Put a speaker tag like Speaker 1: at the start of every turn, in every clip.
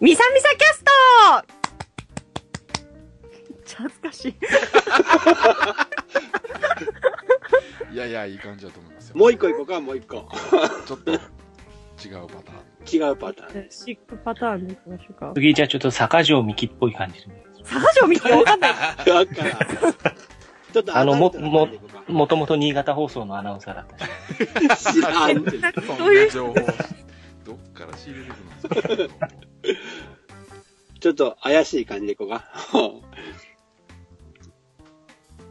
Speaker 1: みさみさキャストめっちゃ恥ずかしい。
Speaker 2: いやいや、いい感じだと思いますよ。
Speaker 3: もう一個行こうか、もう一個。
Speaker 2: ちょっと違うパターン。
Speaker 3: 違うパターン。
Speaker 1: シックパターンでいきましょうか。
Speaker 4: 次じゃあちょっと坂上美希っぽい感じで。
Speaker 1: 佐賀城見てわかんない。
Speaker 3: だから、ちょっと
Speaker 4: あのもも
Speaker 3: 知
Speaker 4: もともと新潟放送のアナウンサーだったし。
Speaker 3: らんっていう
Speaker 2: そん
Speaker 1: どうい
Speaker 2: な
Speaker 1: う
Speaker 2: 情報、どっから仕入れてくるんですか
Speaker 3: ちょっと怪しい感じでいこうか。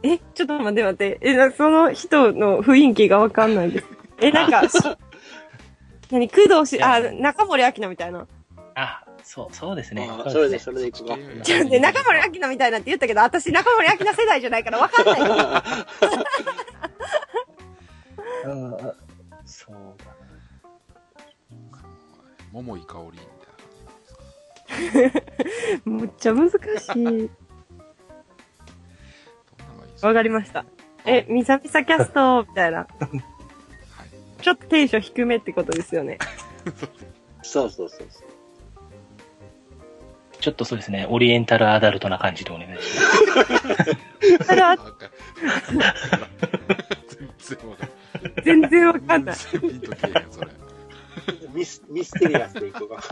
Speaker 1: え、ちょっと待って待って。え、なその人の雰囲気がわかんないです。え、なんか、し何、工藤し、あ、中森明菜みたいな。
Speaker 4: あ、そう、そうです ね
Speaker 3: あ。それで、そ
Speaker 4: ね。
Speaker 3: れでいこうか。
Speaker 1: ちょっとね、中森明菜みたいなって言ったけど、私中森明菜世代じゃないからわかんない。
Speaker 4: うんそうだな
Speaker 2: 桃井香織みたい
Speaker 1: むっちゃ難しい。
Speaker 2: な。どんなのがいいです
Speaker 1: わかりました。え、みさみさキャスト、みたいな。
Speaker 2: はい。
Speaker 1: ちょっとテンション低めってことですよね。
Speaker 3: そうそうそうそう。
Speaker 4: ちょっとそうですね。オリエンタルアダルトな感じでお願いします。
Speaker 1: ただ、
Speaker 2: わかる全然
Speaker 1: 全然
Speaker 2: わかる。
Speaker 1: わかんない。
Speaker 2: 全然ピンとけえへん、それ。
Speaker 3: ミスミステリアスでいこうか。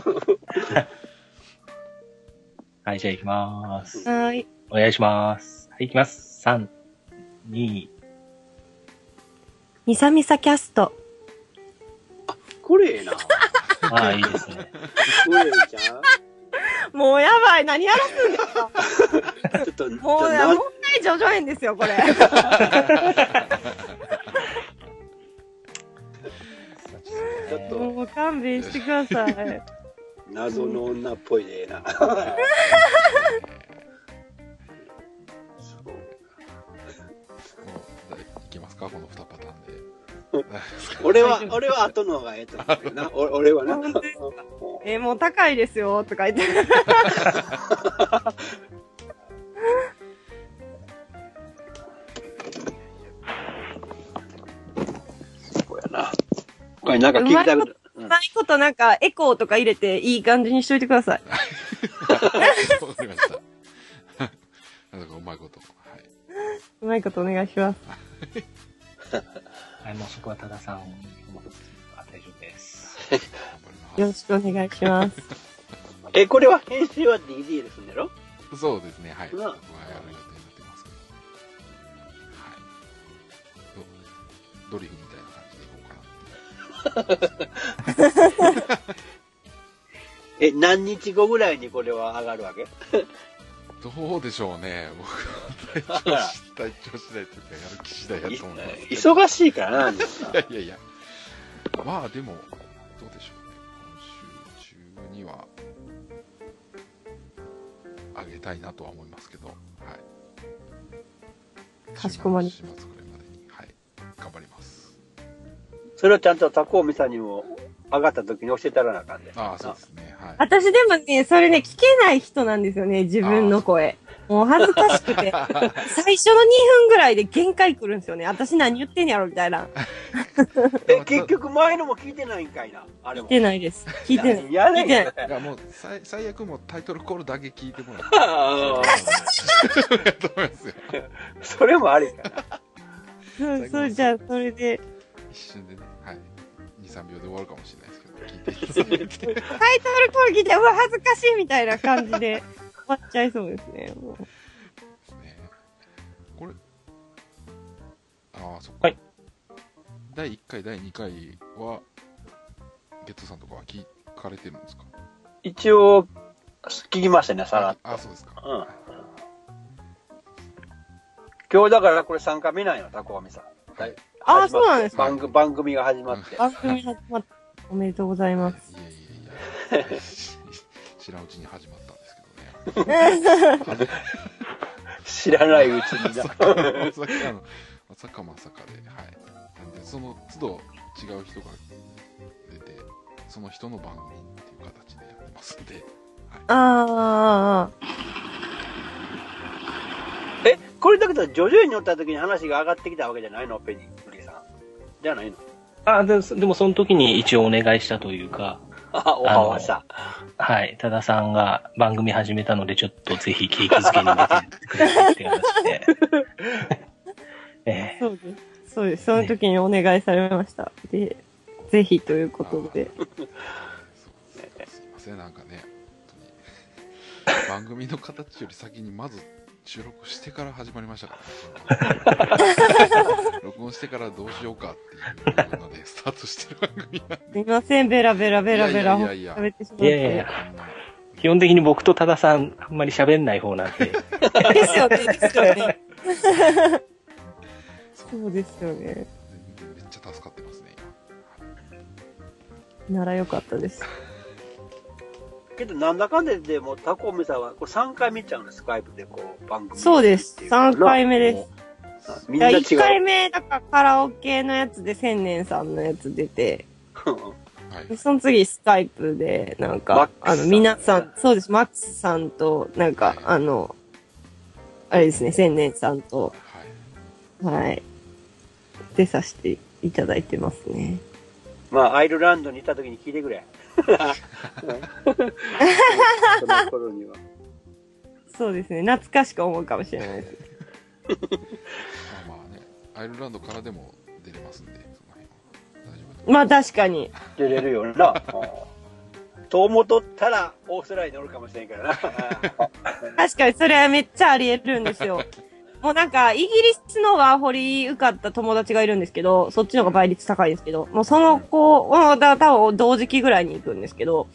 Speaker 4: はい、じゃあ行きます。
Speaker 1: はい。
Speaker 4: お願いします。はい、行きます。3、2、
Speaker 1: みさみさキャスト。
Speaker 3: これええな。こ
Speaker 4: あ あ、いいですね。
Speaker 3: れええじゃ
Speaker 1: もうやばい、何やらすんですか
Speaker 3: んちょっと、
Speaker 1: もう、
Speaker 3: ちょ
Speaker 1: 問
Speaker 3: っと
Speaker 1: 題叙々苑ですよ、これ。
Speaker 3: なちょっと
Speaker 1: もう勘弁してください。
Speaker 3: 謎の女っぽいでええな。そう
Speaker 2: もういけますかこの2パターンで。
Speaker 3: 俺は、俺は後の方がええと思うけどな。お俺はな。
Speaker 1: 本当です えもう高いですよ、とか言って。
Speaker 3: そうやな。これなんか聞きたいこと。
Speaker 1: う
Speaker 3: うん
Speaker 1: まいことなんか、エコーとか入れていい感じにしといてください。
Speaker 2: わかりました。 なんかうまいこと。はい。
Speaker 1: うまいことお願いします。
Speaker 4: はい、もうそこは多田さん、お任せするから大丈夫です。
Speaker 2: 頑張ります
Speaker 1: よろしくお願いします。
Speaker 3: え、これは編集は DD ですんだろ
Speaker 2: そうですね、はい。
Speaker 3: うん
Speaker 2: 僕はやる予定になってますけど。はい。ドドリフみたいな感じでいこうかな。
Speaker 3: え、何日後ぐらいにこれは上がるわけ
Speaker 2: どうでしょうね。僕は体調し、体調次第というか、やる気次第やと思いますけど。
Speaker 3: 忙しいからな。
Speaker 2: いやいやいや。まあでも、どうでしょうね。今週中には、あげたいなとは思いますけど、はい。
Speaker 1: かしこまり
Speaker 2: 週末ぐらいまでに、はい。頑張ります。
Speaker 3: それをちゃんとタコミさんにも上がった時に教えたらなあかんで。
Speaker 2: ああ、そうですね。はい。
Speaker 1: 私でもね、それね、聞けない人なんですよね、自分の声。もう恥ずかしく て。最初の2分ぐらいで限界来るんですよね。私何言ってんやろ、みたいな。
Speaker 3: え、結局前のも聞いてないんかいな。あれ
Speaker 1: 聞い
Speaker 3: も。
Speaker 1: てないです。聞いて ない。
Speaker 3: やれ
Speaker 1: 聞いてない。
Speaker 2: いやもう最最悪もうタイトルコールだけ聞いてもらって
Speaker 3: あ
Speaker 2: やと思いますよ
Speaker 3: ー それもありかな。
Speaker 1: そう、そう、じゃあ、それで。
Speaker 2: 一瞬でねはい23秒で終わるかもしれないですけど聞いていただいて
Speaker 1: タイトルコール聞いて、うわ、恥ずかしいみたいな感じ で、終わっちゃいそうですね。もう
Speaker 2: ねこれああそっか、
Speaker 4: はい
Speaker 2: 第1回第2回はゲットさんとかは聞かれてるんですか
Speaker 3: 一応、聞きましたね、さらっと。
Speaker 2: あそうですか、
Speaker 3: うん
Speaker 2: はい
Speaker 3: 今日だからこれ参加見ないの、タコミさん。
Speaker 2: はい
Speaker 1: ああ、そうなんですか。
Speaker 3: 番組番組が始まって。
Speaker 1: 番組始まって、おめでとうございます。
Speaker 2: いやいや いや知らんうちに始まったんですけどね
Speaker 3: 知らないう ちに
Speaker 2: まさ
Speaker 3: な。
Speaker 2: か、まさかの、まさかまさかで、はい。なんで、その都度違う人が出て、その人の番組っていう形でやってますんで、
Speaker 1: ああ、
Speaker 3: え、これだけど、徐々に乗った時に話が上がってきたわけじゃないの、ペニー、フリーさん。じゃないの。
Speaker 4: あ、でも、でもその時に一応お願いしたというか、
Speaker 3: あ、おはわさ。
Speaker 4: はい。多田さんが番組始めたので、ちょっとぜひ景気づけに出てくださいって話で。ええ
Speaker 1: そうです。そうです。その時にお願いされました。で、ぜひということで。
Speaker 2: そうすいません、なんかね、本当に番組の形より先にまず収録してから始まりましたか ら、ね、録音してからどうしようかっていうので、スタートしてる番組なんです
Speaker 1: みません、ベラベ ラベラベラ
Speaker 2: いやいやいやいや
Speaker 1: 食べてしまっ
Speaker 4: いやいやい
Speaker 1: て。
Speaker 4: や、基本的に僕と多田さん、あんまり喋んない方なんで。
Speaker 1: ですよね、ですよ ね。そうですよね。
Speaker 2: めっちゃ助かってますね、
Speaker 1: ならよかったです。
Speaker 3: けど、なんだかんだでも、タコミさんは、これ3回見ちゃうの、スカイプで、こう、番組。
Speaker 1: そうです。3回目
Speaker 2: 今。
Speaker 1: です
Speaker 2: も。
Speaker 3: みん
Speaker 1: い
Speaker 3: な
Speaker 1: や、
Speaker 3: 違う。
Speaker 1: 1回目、だからカラオケのやつで千年さんのやつ出て、
Speaker 3: うん
Speaker 2: うはい
Speaker 1: でその次スカイプで、なん
Speaker 3: マッ
Speaker 1: か
Speaker 3: ク、スさん
Speaker 1: あの、皆さん、そうです、マックスさんと、なんか、あの、あれですね、千年さんと、
Speaker 2: はい
Speaker 1: はい、出させていただいてますね。
Speaker 3: まあ、アイルランドにいた時に聞いてくれ。その頃には。
Speaker 1: そうですね、懐かしく思うかもしれないです。
Speaker 2: まあまあね、アイルランドからでも出れますんで、その辺は大丈夫だと思い
Speaker 1: まあ確かに。
Speaker 3: 出れるよ な。と思っとったら、オーストラリアに乗るかもしれんからな。
Speaker 1: 確かにそれはめっちゃあり得るんですよ。もうなんか、イギリスのワーホリ受かった友達がいるんですけど、そっちの方が倍率高いんですけど、もうその子、もうだ多分同時期ぐらいに行くんですけど、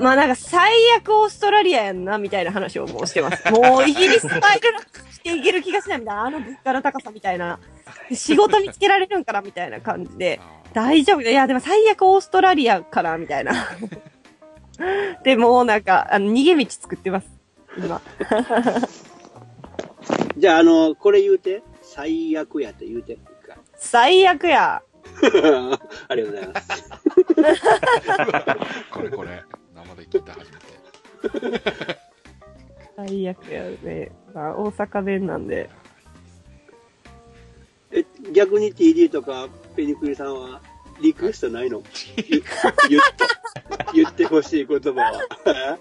Speaker 1: まあなんか最悪オーストラリアやんな、みたいな話をもうしてます。もうイギリスバイルランドしていける気がしないみたいな、あの物価の高さみたいな、仕事見つけられるんからみたいな感じで、
Speaker 2: あ
Speaker 1: 大丈夫だ。いや、でも最悪オーストラリアから、みたいな。 でもうなんか、あの、逃げ道作ってます。今。
Speaker 3: じゃあ、あの、これ言うて。最悪やと言うて。一回
Speaker 1: 最悪や。
Speaker 3: ありがとうございます。
Speaker 2: ーこれこれ、生で聞いた初めて。
Speaker 1: 最悪やね。まあ、大阪弁なんで。
Speaker 3: え、逆に TD とかペニクリさんはリクエストない のゆ言って、言ってほしい言葉 は。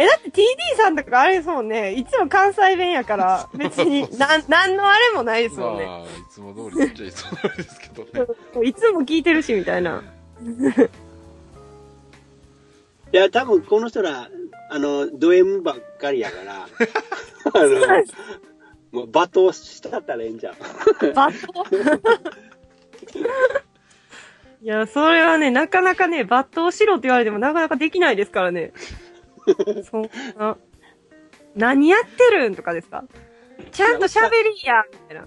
Speaker 1: え、だって TD さんとかあれですもんね。いつも関西弁やから、別に、なん、なんのあれもないですもんね。
Speaker 2: まあ、いつも通りっちゃいつも通りですけどね。
Speaker 1: いつも聞いてるし、みたいな。
Speaker 3: いや、多分この人ら、あの、ド M ばっかりやから、 あの、もう罵倒したったらええんじゃん。
Speaker 1: バットいや、それはね、なかなかね、抜刀しろって言われてもなかなかできないですからね。そんな。何やってるんとかですかちゃんと喋りやみたいな。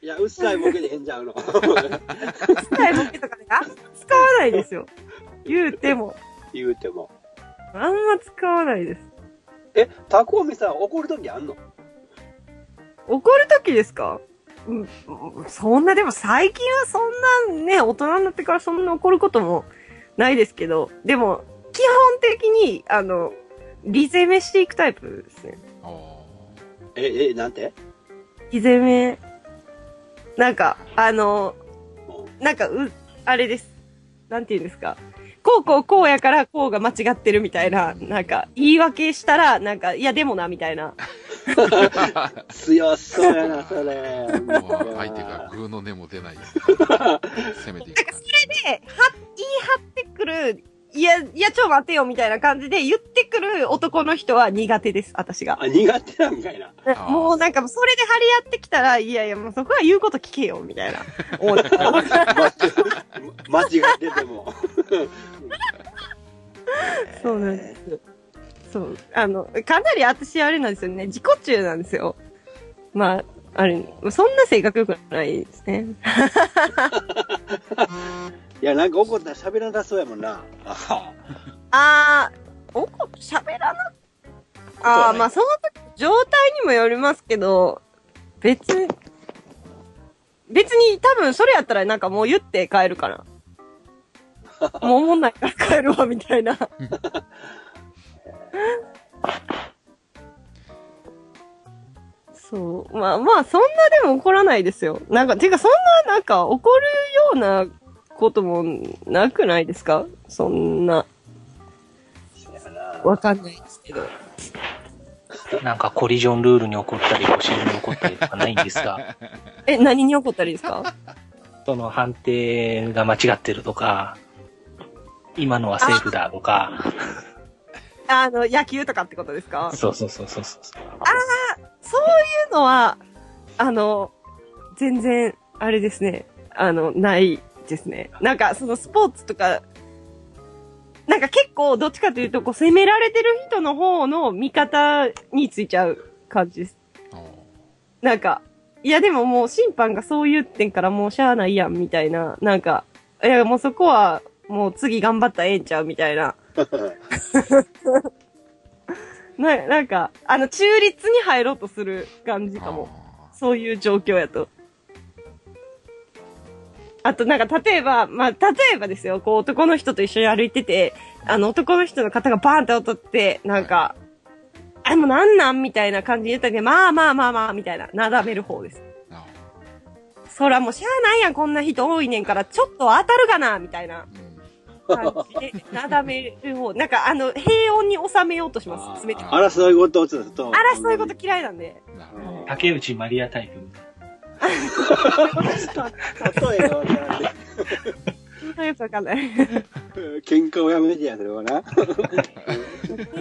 Speaker 3: いや、うっさいボケでええんちゃ うの。
Speaker 1: 使いボケとかね、あんま使わないですよ。言うても。
Speaker 3: 言うても。
Speaker 1: あんま使わないです。
Speaker 3: え、タコミさん怒るときあんの
Speaker 1: 怒るときですかうん、そんな、でも最近はそんなね、大人になってからそんな怒ることもないですけど、でも、基本的に、あの、リゼメしていくタイプですね。
Speaker 2: ああ
Speaker 3: え、え、なんて
Speaker 1: リゼメ、なんか、あの、
Speaker 3: う
Speaker 1: なんか、う、あれです。なんて言うんですか。こうこうこうやからこうが間違ってるみたいな、なんか、言い訳したら、なんか、いやでもな、みたいな。
Speaker 3: ん強そうやな、それ。
Speaker 2: もう相手がグーの根も出ない。攻めていく感じ。
Speaker 1: で、は、言い張ってくる、いや、いや、ちょ、待てよ、みたいな感じで言ってくる男の人は苦手です、私が。
Speaker 3: あ、苦手なんかい な。
Speaker 2: ー
Speaker 1: もうなんか、それで張り合ってきたら、いやいや、もうそこは言うこと聞けよ、みたいな。思って
Speaker 3: 間違ってても。
Speaker 1: そうなんです。そう。あの、かなり私あれなんですよね。自己中なんですよ。まあ、あれ、そんな性格良くないですね。
Speaker 3: いや、なんか怒ったら喋らなさそうやも んな。あは
Speaker 1: あー、おこ、喋らな、あー、まあその時、状態にもよりますけど、別に、別に多分それやったらなんかもう言って帰るから。もうおもんないから帰るわ、みたいな。そう。まあまあ、そんなでも怒らないですよ。なんか、てかそんななんか怒るようなこともなくないですかそんな。わかんないですけど。
Speaker 4: なんかコリジョンルールに怒ったり、星に怒ったりとかないんですが、
Speaker 1: え、何に怒ったりですか
Speaker 4: その判定が間違ってるとか、今のはセーフだとか、
Speaker 1: あの、野球とかってことですか
Speaker 4: そうそうそうそうそう。
Speaker 1: そういうのは、あの、全然、あれですね。あの、ないですね。なんか、そのスポーツとか、なんか結構、どっちかというと、こう、攻められてる人の方の味方についちゃう感じです。
Speaker 2: あー
Speaker 1: なんか、いやでももう審判がそう言ってんからもうしゃあないやん、みたいな。なんか、いやもうそこは、もう次頑張ったらええんちゃう、みたいな。な、なんか、あの、中立に入ろうとする感じかも。
Speaker 2: あ
Speaker 1: そういう状況やと。あとなんか、例えば、まあ、例えばですよ、こう男の人と一緒に歩いてて、あの男の人の方がバーンって音って、なんか、あ、もうなんなんみたいな感じで言ったけど、まあまあまあまあ、みたいな、なだめる方です。
Speaker 2: ーあ
Speaker 1: そらもうしゃあないやん、こんな人多いねんから、ちょっと当たるかな、みたいな
Speaker 2: ー、うん
Speaker 1: 感じで、 なだめる方。なんか、あの、平穏に収めようとします、すべて。
Speaker 2: あ
Speaker 3: 争い事をずっと。
Speaker 1: 争い事嫌いなんで。
Speaker 2: なるほど。
Speaker 4: 竹内まりやタイプ。
Speaker 3: 例えがわからんね
Speaker 1: 本当よくわかんない。
Speaker 3: 喧嘩をやめてやそれはな。
Speaker 1: 喧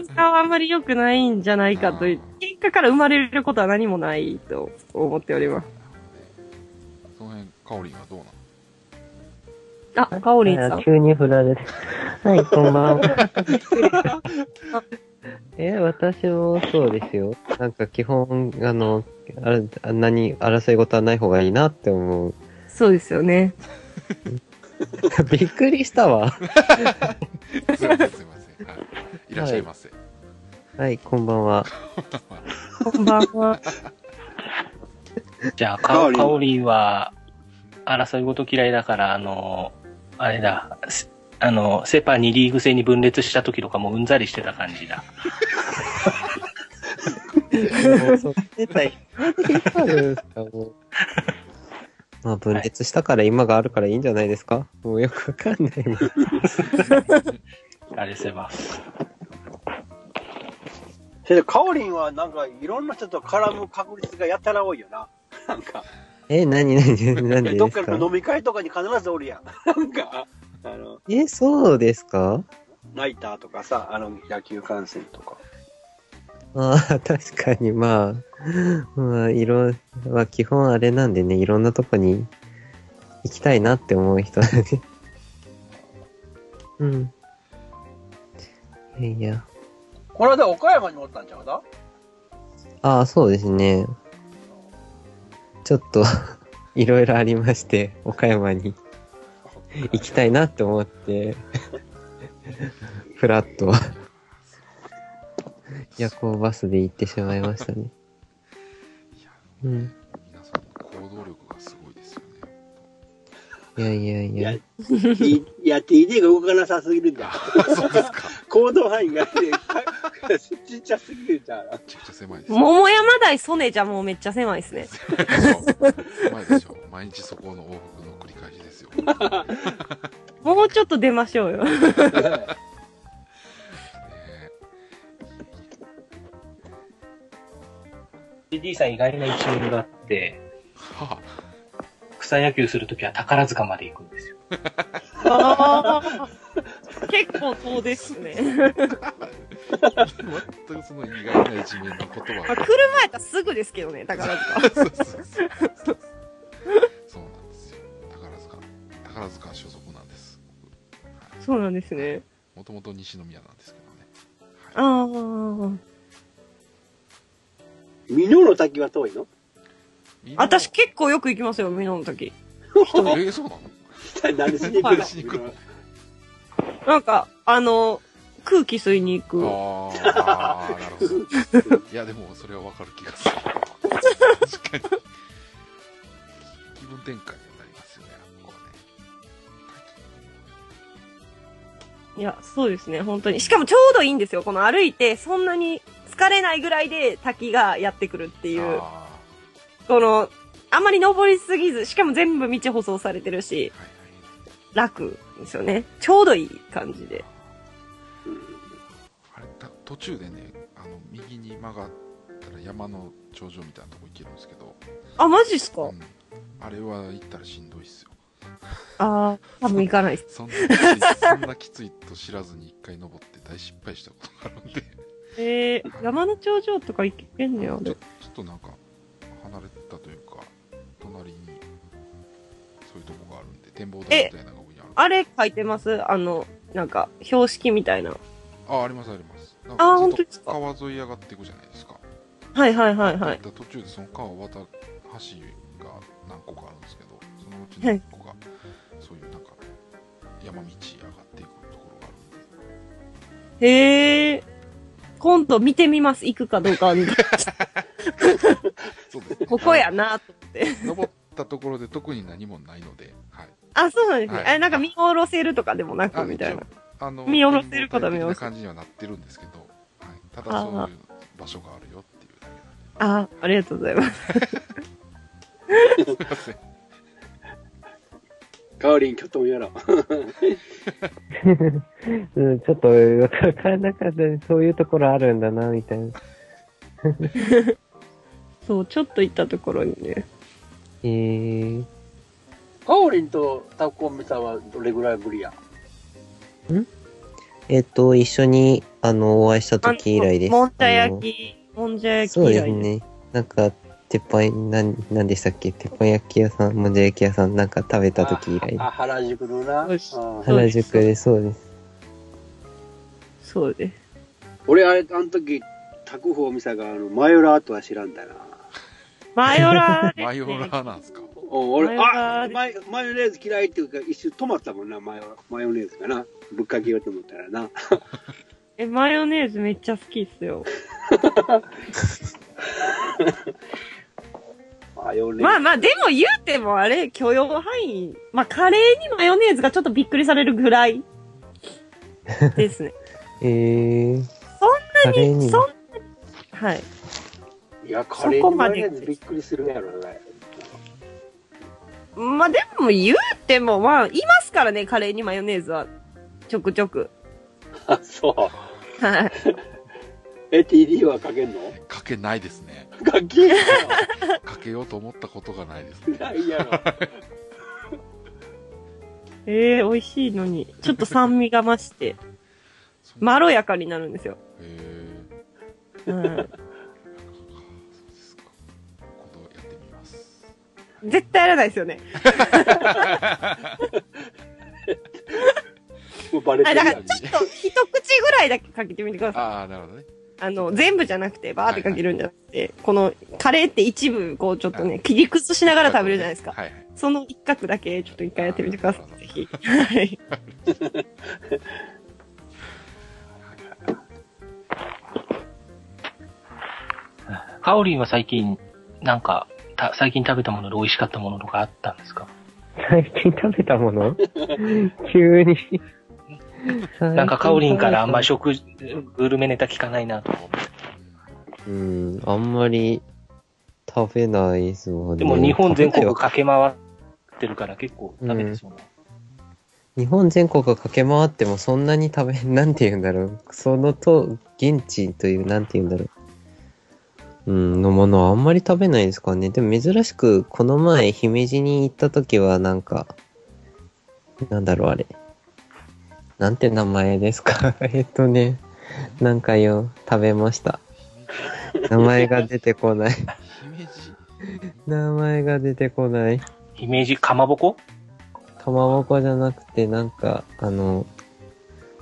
Speaker 1: 嘩はあんまり良くないんじゃないかという。喧嘩から生まれることは何もないと思っております。
Speaker 2: その辺、カオリンはどうなの
Speaker 1: あ、カオリンさん。
Speaker 5: 急に振られて。はい、こんばんは。 え、私もそうですよ。なんか基本、あの、あれあ何、争い事はない方がいいなって思う。
Speaker 1: そうですよね。
Speaker 5: びっくりしたわ。
Speaker 2: す いません、すいません。はい、いらっしゃいませ。
Speaker 5: はい、こんばんは。
Speaker 1: こんばんは。
Speaker 4: じゃあ、
Speaker 3: かお
Speaker 4: か
Speaker 3: りん
Speaker 4: かおりんは、争い事嫌いだから、あの、あれだ、せあの、セパ2リーグ制に分裂した時とかもううんざりしてた感じだ。
Speaker 5: もうそう、出たい。引っ張るんですか、もう。まあ、分裂したから今があるからいいんじゃないですかもうよくわかんないもん。
Speaker 4: あれすれば。
Speaker 3: けど、カオリンはなんかいろんな人と絡む確率がやたら多いよな。なんか、
Speaker 5: え、なになになんで
Speaker 3: どっ
Speaker 5: です
Speaker 3: か
Speaker 5: か
Speaker 3: の飲み会とかに必ずおるやん。なんか、あの、
Speaker 5: え、そうですか
Speaker 3: ナイターとかさ、あの、野球観戦とか。
Speaker 5: ああ、確かに、まあ、まあ、いろ、まあ、基本あれなんでね、いろんなとこに行きたいなって思う人なんで。うん。いやいや。
Speaker 3: この間岡山におったんちゃうだ
Speaker 5: ああ、そうですね。ちょっと、いろいろありまして、岡山に行きたいなって思って、ふらっと、夜行バスで行ってしまいましたね。
Speaker 2: いや、
Speaker 5: うん。
Speaker 2: 皆さん、行動力がすごいですよね。
Speaker 5: いやいやいや
Speaker 3: い。いいや、TD が動かなさすぎるんだ。
Speaker 2: そうですか。
Speaker 3: 行動範囲がね、かちっちゃすぎるんだ。
Speaker 2: めちゃくちゃ狭いです。
Speaker 1: 桃山台ソネじゃもうめっちゃ狭いですね。
Speaker 2: 狭いでしょ。毎日そこの往復の繰り返し ですよ。ね
Speaker 1: もうちょっと出ましょうよ。
Speaker 4: D さん意外な一面があって、
Speaker 2: は
Speaker 4: 草野球するときは宝塚まで行くんですよ。
Speaker 1: あー結構遠ですね。
Speaker 2: あ、全くその意外な一面の言葉
Speaker 1: まあ
Speaker 2: が。
Speaker 1: 車やったらすぐですけどね、宝塚。
Speaker 2: そうそうそうそうそうなんですよ。宝塚、宝塚所属なんです。
Speaker 1: そうなんですね。
Speaker 2: もともと西宮なんですけどね。はい
Speaker 1: ああ。
Speaker 3: ミノの滝は遠いの
Speaker 2: みんな
Speaker 1: 私結構よく行きますよ、美濃の時。
Speaker 2: えーそうなの
Speaker 3: 何しに行くの
Speaker 2: しに行くの
Speaker 1: なんか、あの、空気吸いに行く。
Speaker 2: ああ、なるほど。いや、でも、それはわかる気がする。確かに。気分転換になりますよね、ここはね。
Speaker 1: いや、そうですね、本当に。しかもちょうどいいんですよ。この歩いて、そんなに疲れないぐらいで滝がやってくるっていう。
Speaker 2: あ
Speaker 1: この、あんまり登りすぎず、しかも全部道舗装されてるし
Speaker 2: ー、はいはい。
Speaker 1: 楽ですよね。ちょうどいい感じで。
Speaker 2: あれ、た途中でねあの右に曲がったら山の頂上みたいなとこ行けるんですけど、
Speaker 1: あ、マジっすか
Speaker 2: うんあれは行ったらしんどいっすよ
Speaker 1: ああ、多分行かないっす。
Speaker 2: そんなきついそんなきついと知らずに一回登って大失敗したことがあるんで
Speaker 1: ええ山の頂上とか行けんのよ。
Speaker 2: ちょちょっとなんか離れたというか隣にそういうとこがあるんで展望台みたいなのが上にある
Speaker 1: あれ書いてますあの、なんか、標識みたいな。
Speaker 2: あありますありますなん
Speaker 1: あー
Speaker 2: ずっ
Speaker 1: 本
Speaker 2: と
Speaker 1: 当ですか
Speaker 2: 川沿い上がっていくじゃないですか
Speaker 1: はいはいはいは
Speaker 2: だ
Speaker 1: い。
Speaker 2: から途中でその川を渡る橋が何個かあるんですけどそのうちの1個がそういうなんか山道上がっていくところがあるんで
Speaker 1: へえ。今度見てみます。行くかどうかは。
Speaker 2: そうですね
Speaker 1: ここやなと思って。
Speaker 2: 登ったところで特に何もないので、はい、
Speaker 1: あ、そうなんですね。
Speaker 2: はい
Speaker 1: え、なんか見下ろせるとかでもな
Speaker 2: あ
Speaker 1: くみたいな。
Speaker 2: あの
Speaker 1: 見下ろせる方
Speaker 2: 展望
Speaker 1: 見下ろ
Speaker 2: 台的な
Speaker 1: せ
Speaker 2: 感じにはなってるんですけど、はい、ただそういう場所があるよっていうだけ
Speaker 1: あ、ありがとうございます。
Speaker 2: なんですいま
Speaker 3: 代わりにちょっともやろう。
Speaker 5: うん、ちょっとわからなかったねそういうところあるんだな、みたいな。
Speaker 1: そう、ちょっと行ったところにね。
Speaker 5: えー、
Speaker 3: カオリンとタコミさんはどれぐらいぶりや
Speaker 5: えっと、一緒に、あの、お会いした時以来です。
Speaker 1: あのもんじゃ
Speaker 5: あの
Speaker 1: 焼き、もんじゃ焼き
Speaker 5: そう
Speaker 1: 以
Speaker 5: です
Speaker 1: 来です。
Speaker 5: ね。なんか、鉄板、なん、なんでしたっけ鉄板焼き屋さん、もんじゃ焼き屋さん、なんか食べた時以来。
Speaker 3: あ、原宿のな。
Speaker 1: よし
Speaker 3: うん
Speaker 1: そう
Speaker 5: 原
Speaker 1: です
Speaker 5: 宿で、そうです。
Speaker 1: そうです。
Speaker 3: 俺、あれ、あの時、タクホーミサが、あの、マヨラーとは知らんだな。
Speaker 1: マヨラーです
Speaker 2: せ
Speaker 1: ね
Speaker 2: んマヨラーなんですか
Speaker 3: お俺、
Speaker 1: マヨラ
Speaker 3: あ
Speaker 1: ーで
Speaker 3: マヨ、マヨネーズ嫌いっていうか、一瞬止まったもんな、マヨ、マヨネーズかな。ぶっかけようと思ったらな。
Speaker 1: え、マヨネーズめっちゃ好きっすよ。
Speaker 3: マヨネーズ。
Speaker 1: まあまあ、でも言うてもあれ、許容範囲。まあ、カレーにマヨネーズがちょっとびっくりされるぐらいですね。
Speaker 5: えー、
Speaker 1: そんな
Speaker 5: カレー
Speaker 1: に、
Speaker 5: に
Speaker 1: そんなに、はい。
Speaker 3: いや、カレーにマヨネー
Speaker 1: そこま
Speaker 3: ズ
Speaker 1: で
Speaker 3: びっくりするやろ、ね。
Speaker 1: まあでも言うても、まあ、いますからね、カレーにマヨネーズは。ちょくちょく。
Speaker 3: あ、そう。
Speaker 1: はい。
Speaker 3: え、TD はかけんの
Speaker 2: かけないですね
Speaker 3: かけんの
Speaker 2: かけようと思ったことがないですね
Speaker 3: ないやろ。
Speaker 1: ええ美味しいのに。ちょっと酸味が増して、
Speaker 2: そん
Speaker 1: まろやかになるんですよ。
Speaker 2: へえ
Speaker 1: うん。
Speaker 2: そうですか今度やってみます
Speaker 1: 絶対やらないですよね。
Speaker 3: もうバレて
Speaker 1: あ、
Speaker 3: るや
Speaker 1: だ
Speaker 3: ん
Speaker 1: からちょっと一口ぐらいだけかけてみてください。
Speaker 2: ああなるほどね
Speaker 1: あの、全部じゃなくて、バーってかけるんじゃなくて、この、カレーって一部、こう、ちょっと
Speaker 2: は
Speaker 1: ね、切り崩しながら食べるじゃないですか。
Speaker 2: はいはい
Speaker 1: その一角だけ、ちょっと一回やってみてくださ
Speaker 2: あ
Speaker 1: い。ぜひ。はい。
Speaker 4: カオリンは最近、なんか、た最近食べたもので美味しかったものとかあったんですか
Speaker 5: 最近食べたもの急に。
Speaker 4: なんかカオリンからあんまり
Speaker 5: ょ。
Speaker 4: 食、グルメネタ聞かないなと思って。
Speaker 5: うん、あんまり食べないですもんね。
Speaker 4: でも日本全国
Speaker 5: 食べたよ
Speaker 4: 駆け回ってるから結構食べてそうな。
Speaker 5: 日本全国が駆け回ってもそんなに食べ、なんて言うんだろう。そのと、現地という、なんて言うんだろう。うん、のものはあんまり食べないですかね。でも珍しく、この前、姫路に行った時はなんか、なんだろう、あれ。なんて名前ですか えっとね、なんかよ、食べました。名前が出てこない。
Speaker 2: 姫路
Speaker 5: 名前が出てこない。
Speaker 4: 姫路かまぼこ
Speaker 5: かまぼこじゃなくて、なんか、あの、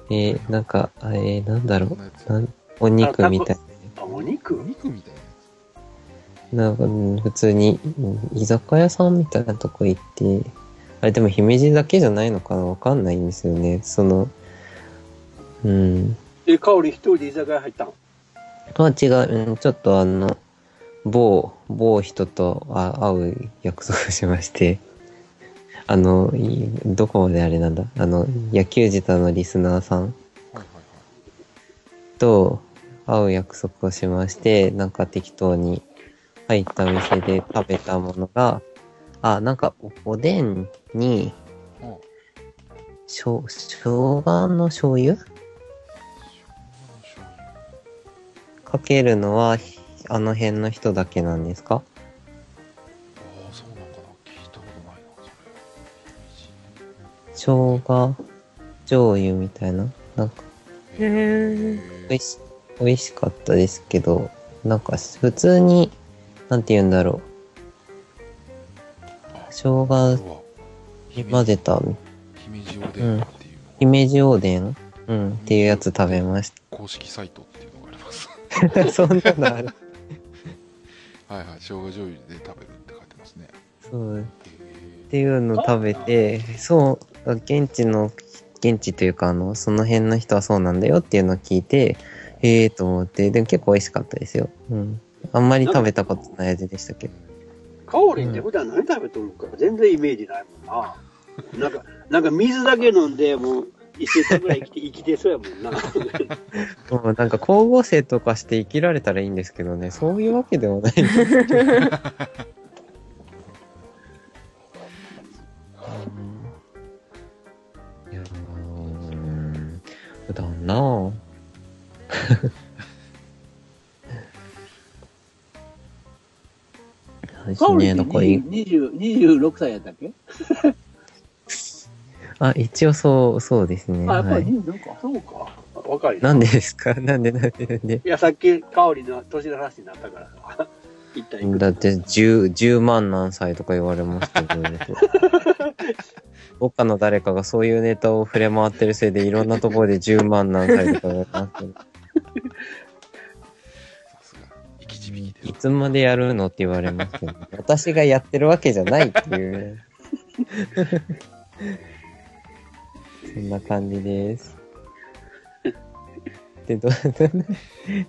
Speaker 5: えー、なんか、あえー、なんだろ
Speaker 2: こんなやつ
Speaker 5: う。なんお肉みたい
Speaker 3: あ、お
Speaker 2: お
Speaker 3: 肉
Speaker 2: 肉みたいな
Speaker 5: な。なんか、うん普通に、うん居酒屋さんみたいなとこ行って、あれでも姫路だけじゃないのかなわかんないんですよね。その、うん。
Speaker 3: え、カオリン一人で居酒屋入ったん
Speaker 5: あ、違う、うん、ちょっとあの、某、某人とあ会う約束をしまして、あの、いどこまであれなんだあの、野球自体のリスナーさん
Speaker 2: はいはいはい
Speaker 5: と会う約束をしまして、なんか適当に入った店で食べたものが、あ、なんかおおでんに、
Speaker 2: うん
Speaker 5: しょう、生姜の醤油
Speaker 2: 醤油
Speaker 5: かけるのは、ひあの辺の人だけなんですか
Speaker 2: ああ、そうなんかな。聞いたことないな、それ。
Speaker 5: 生姜醤油みたいななんか、
Speaker 1: へー
Speaker 5: 美味し、美味しかったですけど、なんか普通に、なんて言うんだろう。生姜
Speaker 2: これ
Speaker 5: に
Speaker 2: は
Speaker 5: 混ぜた、
Speaker 2: 姫路おでんっていうのが
Speaker 5: 姫路おでんうん、っていうやつ食べまし
Speaker 2: 公式サイトっていうのがあります。
Speaker 5: た。 そんなのある。
Speaker 2: はいはい、生姜醤油で食べるって書いてますね。
Speaker 5: そう。
Speaker 2: へ
Speaker 5: っていうのを食べて、そう、現地の、現地というか、あの、その辺の人はそうなんだよっていうのを聞いて、ええー、と思って、でも結構美味しかったですよ。うん。あんまり食べたことない味でしたけど。
Speaker 3: カオリンって普段何食べとるか全然イメージないもんな。なんか、なんか水だけ飲んで、もう、一週間ぐらい生きて、生きてそうやもんな。
Speaker 5: もうなんか光合成とかして生きられたらいいんですけどね、そういうわけでもない。うんいやうんうどんなぁ。そうですね、どこい
Speaker 6: 20 26歳やったっけ、
Speaker 5: あ、一応そう、そうですね。
Speaker 6: あ、やっぱ
Speaker 5: は
Speaker 6: り
Speaker 5: い。
Speaker 6: 26か。
Speaker 3: そうか。若いな。
Speaker 5: なんでですか なんでなんでなんで
Speaker 3: いや、さっきカオリンの年の話になったからさ。一体いくつ
Speaker 5: だって10、10万何歳とか言われますけど、どっかの誰かがそういうネタを触れ回ってるせいで、いろんなところで10万何歳とか言われますけど、
Speaker 2: ーさすが、生き字引
Speaker 5: い
Speaker 2: で。
Speaker 5: つまでやるのって言われますけど、 私がやってるわけじゃないっていう。 そんな感じです。で、ど、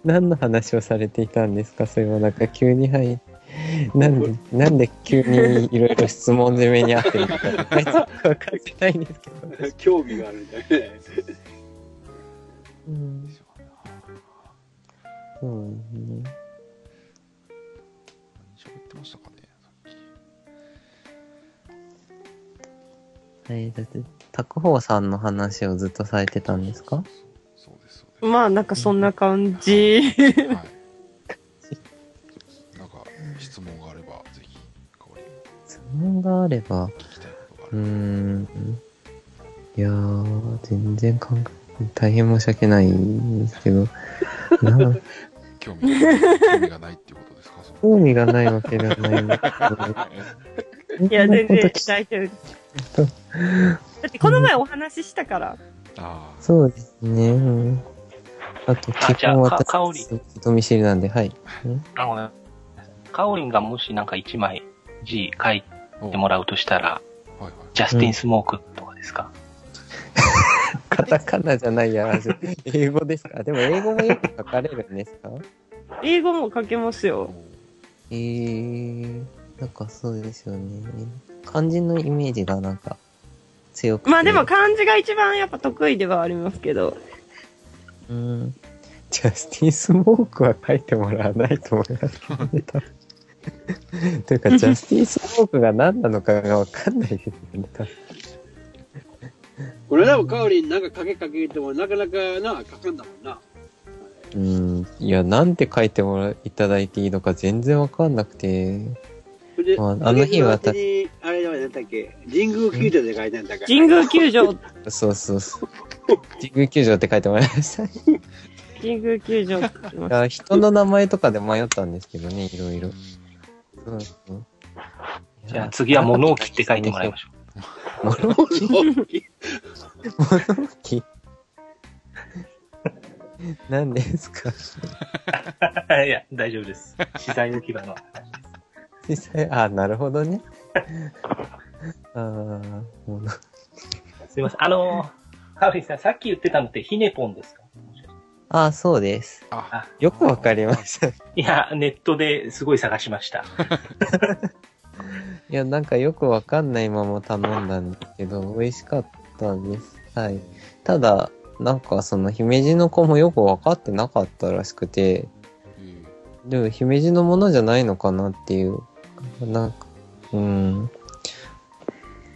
Speaker 5: 何の話をされていたんですかそれはなんか急に入っなんで、なんで急にいろいろ質問攻めにあってるのか、分かってないんですけど。
Speaker 3: 興味があるんだよね。
Speaker 5: うん、そうですね。
Speaker 2: 何喋ってましたかね、さっき。
Speaker 5: はい、だって、タクホーさんの話をずっとされてたんですか
Speaker 2: そうそうです、そうです。
Speaker 1: まあ、なんかそんな感じ。
Speaker 2: はい。なんか、質問があれば、ぜひ、代わりに
Speaker 5: 質問があれば、
Speaker 2: 聞きたいことがあ
Speaker 5: うー
Speaker 2: れば。
Speaker 5: ん。いやー、全然考え、大変申し訳ないんですけど、な
Speaker 2: 興味がない興味がないっていうことですか、そ
Speaker 5: 興味がないわけではないんですけ
Speaker 2: れ
Speaker 5: ど。
Speaker 1: いや、全
Speaker 5: そんな
Speaker 1: 然
Speaker 5: こと
Speaker 1: 大丈夫です。だってこの前お話ししたから。
Speaker 2: ああ、
Speaker 5: そうですね。うんあと、
Speaker 4: あ
Speaker 5: 基
Speaker 4: じゃあ
Speaker 5: 本
Speaker 4: か香
Speaker 5: 私
Speaker 4: り、
Speaker 5: 人見知りなんで、はい。
Speaker 4: なるほど。カオリンがもしなんか1枚字書い
Speaker 2: お
Speaker 4: てもらうとしたら、
Speaker 2: はいはい。
Speaker 4: ジャスティン・スモークとかですか、
Speaker 5: カタカナじゃないや、英語ですかでも英語もよく書かれるんですか
Speaker 1: 英語も書けますよ。
Speaker 5: えー、なんかそうですよね。漢字のイメージがなんか強くて。
Speaker 1: まあでも漢字が一番やっぱ得意ではありますけど。
Speaker 5: うん。ジャスティン・スモークは書いてもらわないと思いますけどね。多分というか、ジャスティン・スモークが何なのかがわかんないですよね。多分
Speaker 3: 俺らもカオリンなんかかけかけてもなかなかな、かかんだもんな。
Speaker 5: うん。いや、なんて書いてもらいただいていいのか全然わかんなくて。
Speaker 3: それで、
Speaker 5: まああの日は
Speaker 3: それで私あれだわ、なんだっけ、神宮球場で書いたんだから。
Speaker 1: 神宮球場、
Speaker 5: そうそうそう。神宮球場って書いてもらい ました。い
Speaker 1: 神宮球場って言ってます
Speaker 5: や、人の名前とかで迷ったんですけどね、いろいろ。そうそう
Speaker 4: じゃあ次は物置って書いてもらいましょ
Speaker 5: 物置物置何ですか
Speaker 4: う。いや、大丈夫です。資材置き場の。
Speaker 5: 実際、 あなるほどね。あー物
Speaker 4: すいません。あのー、カオリンさん、さっき言ってたのってヒネポンですか
Speaker 5: あー、そうです。
Speaker 2: あ
Speaker 5: よくわかりました。い
Speaker 4: いや、ネットですごい探しました。
Speaker 5: や、なんかよくわかんないまま頼んだんですけど、美味しかったです。はい。ただ、なんかその姫路の子もよくわかってなかったらしくて、
Speaker 2: うん
Speaker 5: でも、姫路のものじゃないのかなっていう、なんか、うん。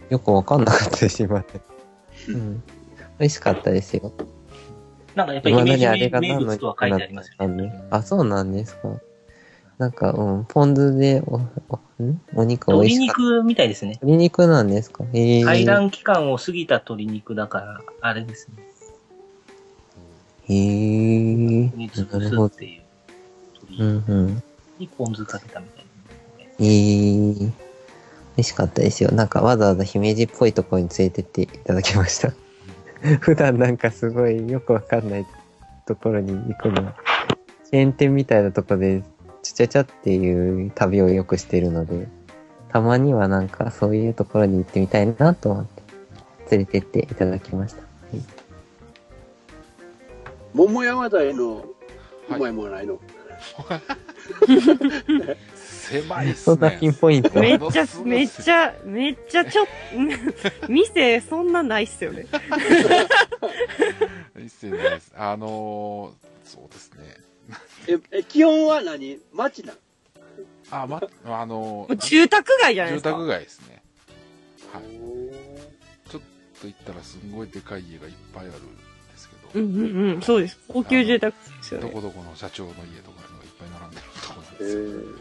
Speaker 5: よくわかんなかったです、今ね。うん。美味しかったですよ。
Speaker 4: なんかやっぱり
Speaker 5: 未
Speaker 4: 姫
Speaker 5: だにあれ
Speaker 4: 路
Speaker 5: が
Speaker 4: 名
Speaker 5: 何の
Speaker 4: 物とは書いてありますよね。
Speaker 5: ね。あ、そうなんですか。なんか、うん、ポン酢で、お、お、んお肉美味
Speaker 4: 鶏
Speaker 5: しかった。
Speaker 4: 肉みたいですね。
Speaker 5: 鶏肉なんですかええー。
Speaker 4: 排卵期間を過ぎた鶏肉だから、あれですね。
Speaker 5: へえ
Speaker 4: に
Speaker 5: ー。な
Speaker 4: 潰
Speaker 5: る
Speaker 4: す
Speaker 5: ほど
Speaker 4: っ。ていう
Speaker 5: う
Speaker 4: 鶏
Speaker 5: んうん。
Speaker 4: にポン酢かけたみたいな。
Speaker 5: ええー。美味しかったですよ。なんかわざわざ姫路っぽいところに連れてっていただきました。 普段なんかすごいよくわかんないところに行くのは。チェーン店みたいなとこで、ちゃちゃちゃっていう旅をよくしてるので、たまにはなんかそういうところに行ってみたいなと思って、連れてっていただきました。
Speaker 3: 桃山台の
Speaker 2: はいう
Speaker 3: まいもんないの。
Speaker 2: 狭いっす
Speaker 5: そんな
Speaker 2: ね
Speaker 5: ピンポイント。
Speaker 1: めっちゃ、めっちゃ、めっちゃちょっ、 店そんなないっすよね。
Speaker 2: 一切ないですあのー、そうですね
Speaker 3: え、え気温は何町なの
Speaker 2: あまあの
Speaker 1: もう
Speaker 2: ー、
Speaker 1: 住宅街じゃないです
Speaker 2: 住
Speaker 1: か。
Speaker 2: 宅街ですねはい
Speaker 3: おー
Speaker 2: と言ったらすんごいでかい家がいっぱいあるんですけど、
Speaker 1: うんうんうん、そうです。高級住宅地ですよ
Speaker 2: ど
Speaker 1: ね。
Speaker 2: こどこの社長の家とかのがいっぱい並んでるとこなん
Speaker 3: え
Speaker 2: ですよ、
Speaker 3: ー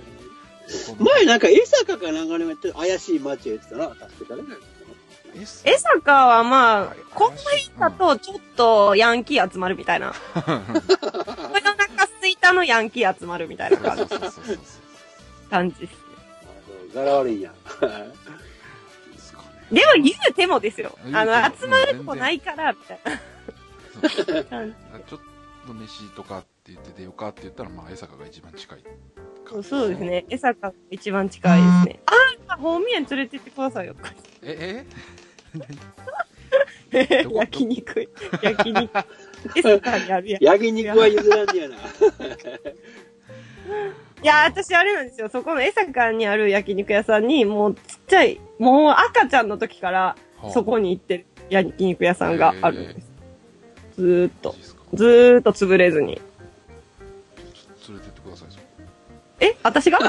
Speaker 2: そこの
Speaker 3: 前なんか江坂かなんかでもやって怪しい町やってたな、確かね。
Speaker 1: 江坂はまあ
Speaker 2: はい、
Speaker 1: こんなだとちょっとヤンキー集まるみたいな。
Speaker 2: う
Speaker 1: これの中すいたのヤンキー集まるみたいなん感
Speaker 2: そうそうそうそうそう
Speaker 1: 感じです。
Speaker 3: 柄悪いんや。
Speaker 2: ですかね
Speaker 1: でも言うてもですよ。あの、集まるとこ ないから、みたい
Speaker 2: そう
Speaker 1: な感
Speaker 2: ちょっと飯とかって言って出ようかって言ったら、まあ、江坂が一番近いか
Speaker 1: じ。そうです。ね。江坂が一番近いですね。あー、方面連れてってくださいよ。
Speaker 2: え、どこ
Speaker 1: 焼肉。焼 肉。江坂にあるやん。い
Speaker 3: 焼肉は譲らんねやな。
Speaker 1: や、私あれなんですよ。そこの江坂にある焼肉屋さんに、もうちっちゃい、もう赤ちゃんの時から、
Speaker 2: え
Speaker 1: そこに行ってる焼肉屋さんがあるんです。ずーっ
Speaker 2: と
Speaker 1: と。
Speaker 2: ですか
Speaker 1: ずーっと潰れずに。
Speaker 2: ちょ連れてってくださいそこ
Speaker 1: え私 が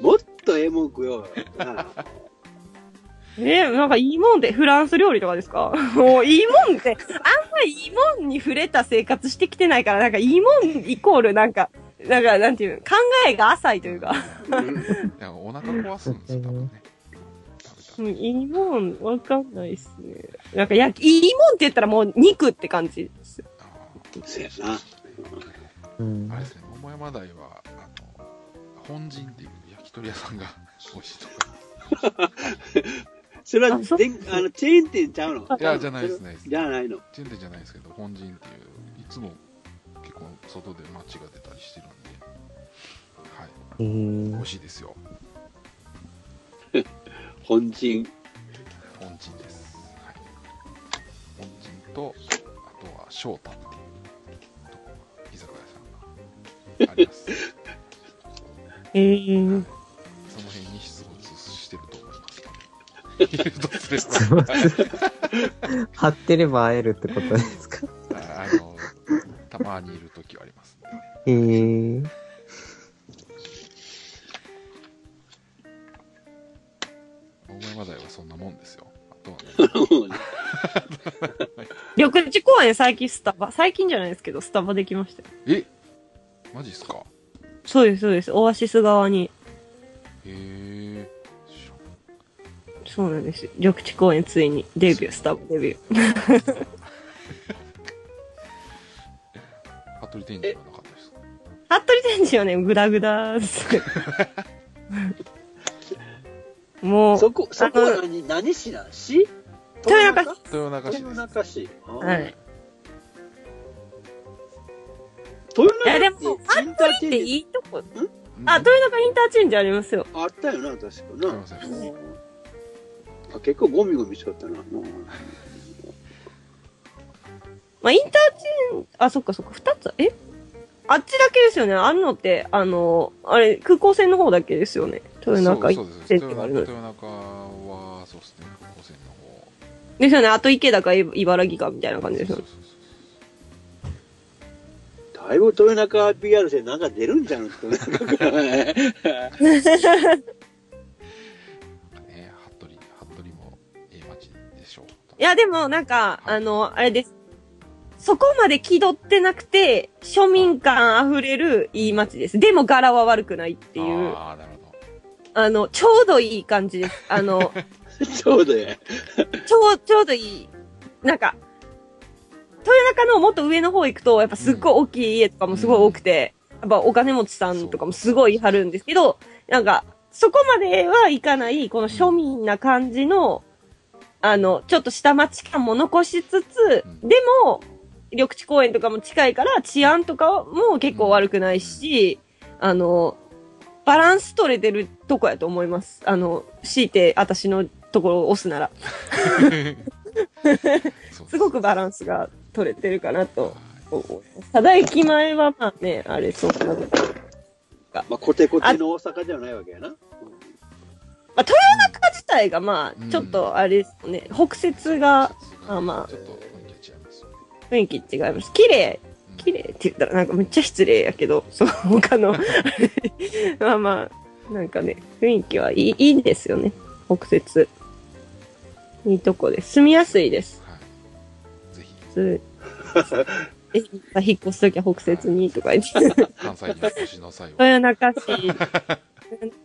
Speaker 3: もっとええもん食ようよ。なあ
Speaker 1: え、なんかいいもんで、フランス料理とかですか もういいもんって、あんまいいもんに触れた生活してきてないから、なんかいいもんイコールなんか、なんかなんていうの、考えが浅いというか、
Speaker 2: いやお腹壊すんですよ多分ね食べ
Speaker 1: う
Speaker 2: た
Speaker 1: んいいもんわかんないっすね。なんか焼き、いいもんって言ったらもう肉って感じですよ。
Speaker 2: ら
Speaker 3: そうやな。
Speaker 5: うん
Speaker 2: あーあれですね桃山台はあの本陣っていう焼き鳥屋さんが美味しいとか
Speaker 3: それは
Speaker 1: あそう
Speaker 3: であのチェーン店ちゃうの
Speaker 2: いやじゃないですね
Speaker 3: じゃないの。
Speaker 2: チェーン店じゃないですけど本陣っていういつも結構外で街が出たりしてるんではい
Speaker 5: え
Speaker 2: 美
Speaker 5: ー
Speaker 2: 味しいですよ
Speaker 3: 本陣。
Speaker 2: 本陣です、はい、本陣とあとは翔太っていうとこが居酒屋さんがあります
Speaker 1: えー、
Speaker 2: その辺に出没してると思いますのでいるとすれば
Speaker 5: 張ってれば会えるってことで すか
Speaker 2: ああのたまにいる時はありますね
Speaker 5: えー、
Speaker 2: 大山台はそんなもんですよあとはね
Speaker 1: 緑地公園最近スタバ、最近じゃないですけど、スタバできましたよ。
Speaker 2: えマジっすか
Speaker 1: そうです、そうです。オアシス側に。
Speaker 2: へえ
Speaker 1: そうなんです。緑地公園ついにデビュー、スタバデビュー。
Speaker 2: 服部天神はなかったですか
Speaker 1: 服部天神はね、グダグダです。もう、
Speaker 3: そこ、そこは何、何市なん市
Speaker 1: 豊中市
Speaker 2: 豊中市
Speaker 3: 豊
Speaker 2: です
Speaker 3: 中市。
Speaker 1: はい。
Speaker 3: 豊
Speaker 1: いやでも
Speaker 3: 中市って
Speaker 1: サ
Speaker 3: イ
Speaker 1: ン
Speaker 3: ンタ
Speaker 1: トリ
Speaker 3: ー
Speaker 1: ーっ
Speaker 3: チェ
Speaker 1: て
Speaker 3: ンジ
Speaker 1: いいとこ。
Speaker 2: うん
Speaker 1: あ、豊中インターチェンジありますよ。
Speaker 3: あったよな、確か
Speaker 2: あり
Speaker 3: な
Speaker 2: ま。せん
Speaker 3: あ結構ゴミゴミしかったな。もう
Speaker 1: まあ、インターチェンジ、あ、そっかそっか、二つ、えあっちだけですよね。あんのって、あの、あれ、空港線の方だけですよね。豊中イン
Speaker 2: そう
Speaker 1: ターチ
Speaker 2: そ
Speaker 1: ェン
Speaker 2: うです
Speaker 1: ジが
Speaker 2: 豊
Speaker 1: ある
Speaker 2: 中
Speaker 1: ので。
Speaker 2: 豊中はそうですね高専の方
Speaker 1: ですよね。あと池田かい茨城かみたいな感じですよね。
Speaker 2: そうそうそうそう
Speaker 3: だいぶ豊中 PR してなんか出るんじゃん、豊中から ね。
Speaker 2: ね、服部、服部もええ街でしょう。
Speaker 1: いや、でも、なんか、あの、あれです。そこまで気取ってなくて、庶民感溢れるいい街です。でも柄は悪くないっていう、
Speaker 2: ああ、なるほ
Speaker 1: あの、ちょうどいい感じです。あの、
Speaker 3: ちょうどや。
Speaker 1: ちょう、ちょうどいい。なんか、豊中のもっと上の方行くと、やっぱすっごい大きい家とかもすごい多くて、やっぱお金持ちさんとかもすごいあるんですけど、なんか、そこまではいかない、この庶民な感じの、あの、ちょっと下町感も残しつつ、
Speaker 2: うん
Speaker 1: でも、緑地公園とかも近いから、治安とかも結構悪くないし、あの、バランス取れてるとこやと思います。あの、強いて私のところを押すなら。
Speaker 2: ど。
Speaker 1: すご
Speaker 2: く
Speaker 1: くバランスが取れてるかなと思います。ただ駅前はまあね、あれ、そうなの。
Speaker 3: まあ、コテコテの大阪ではないわけやな。
Speaker 1: 中自体がま
Speaker 2: うん
Speaker 1: あ、ちょっとあれですよね、北節がまあまあ
Speaker 2: ちょっと雰囲気が違いま
Speaker 1: 雰囲気違いま
Speaker 2: すね。
Speaker 1: す。綺麗、
Speaker 2: うん
Speaker 1: 綺麗って言ったらなんかめっちゃ失礼やけど、その他の、 まあまあ、なんかね、雰囲気はいい、いいんですよね、北節。いいとこです。住みやすいです。
Speaker 2: はい。ぜひ、
Speaker 1: 普通え、引っ越すときは北節にとか言って。
Speaker 2: 関西にお越しの際は。
Speaker 1: 豊中市、豊中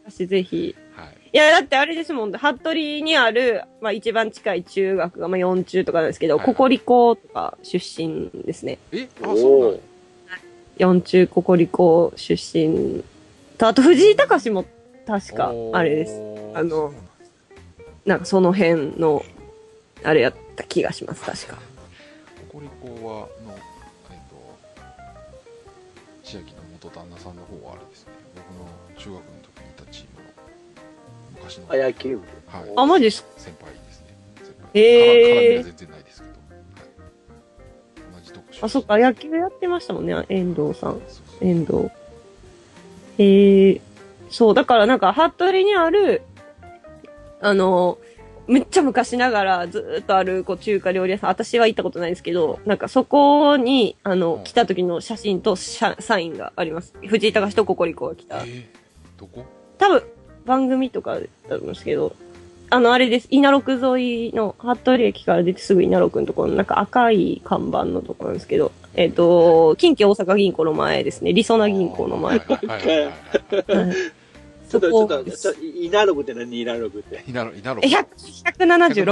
Speaker 1: 市ぜひ。
Speaker 2: はい。
Speaker 1: いや、だってあれですもん、服部にある、まあ一番近い中学が、まあ4中とかなんですけど、
Speaker 2: はいはい
Speaker 1: ココリコとか出身ですね。
Speaker 2: え、あ、そうな
Speaker 3: お
Speaker 2: ん
Speaker 3: お
Speaker 2: や。
Speaker 1: 4中ココリコ出身と、あと藤井隆も確か、あれです。
Speaker 2: おー
Speaker 1: あの
Speaker 2: そうなんです
Speaker 1: なんかその辺の、あれやった気がします、確か。
Speaker 2: ココリコは、の、えっと、千秋の元旦那さんの方はあれですね、僕の中学の時にいたチームの、昔の、
Speaker 3: あ、野球部。
Speaker 2: はい
Speaker 1: あ、マジっすか
Speaker 2: 先輩ですね。先輩。
Speaker 1: へ
Speaker 2: 絡
Speaker 1: ー
Speaker 2: みは全然ないですけど。はい、同じとこ
Speaker 1: あ、そっか、野球やってましたもんね、遠藤さん。
Speaker 2: そうそう
Speaker 1: 遠藤。へえ、そう、だからなんか、服部にある、あの、めっちゃ昔ながらずーっとあるこう中華料理屋さん、私は行ったことないんですけど、なんかそこに、あ
Speaker 2: う
Speaker 1: の
Speaker 2: ん、
Speaker 1: 来た時の写真と写サインがあります。藤井隆とココリコが来た
Speaker 2: え。ー、どこ
Speaker 1: 多分、番組とかだと思うんですけど、あの、あれです。稲六沿いの、服部駅から出てすぐ稲六のところの、なんか赤い看板のところなんですけど、えっ、と、近畿大阪銀行の前ですね。りそな銀行の前。
Speaker 2: はいはいはいはい はい
Speaker 3: ちょっと、ちょっと、
Speaker 1: です
Speaker 3: ちょっと、稲六って何稲六 って。
Speaker 2: 稲野稲野
Speaker 1: え、100